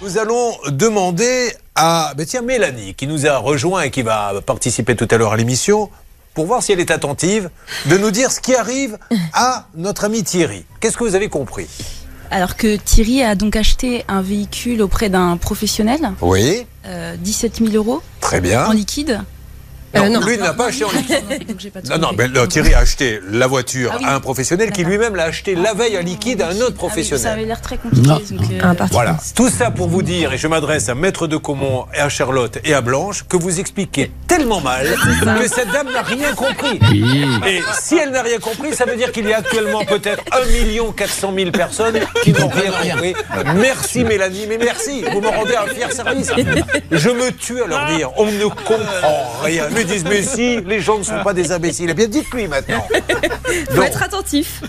Nous allons demander à ben tiens, Mélanie, qui nous a rejoint et qui va participer tout à l'heure à l'émission, pour voir si elle est attentive, de nous dire ce qui arrive à notre ami Thierry. Qu'est-ce que vous avez compris Alors que Thierry a donc acheté un véhicule auprès d'un professionnel, Oui, euh, 17 000 euros très en bien. liquide. Non, Euh, non. lui ne l'a pas acheté en liquide. Donc j'ai pas tout Non, non, compris. mais là, Thierry a acheté la voiture Ah oui. à un professionnel qui D'accord. lui-même l'a acheté la veille à liquide à un autre Ah oui, ça avait professionnel. l'air très compliqué. Non. donc, euh, Un parti. Voilà, tout ça pour vous dire, et je m'adresse à Maître de Comont et à Charlotte et à Blanche, que vous expliquez tellement mal que cette dame n'a rien compris. Et si elle n'a rien compris, ça veut dire qu'il y a actuellement peut-être 1 400 000 personnes qui n'ont rien compris. Merci Mélanie, mais merci, vous me rendez un fier service. Je me tue à leur dire, on ne comprend rien. Ils me disent, mais si, les gens ne sont pas des imbéciles. Eh bien, dites-lui maintenant. Faut être attentif.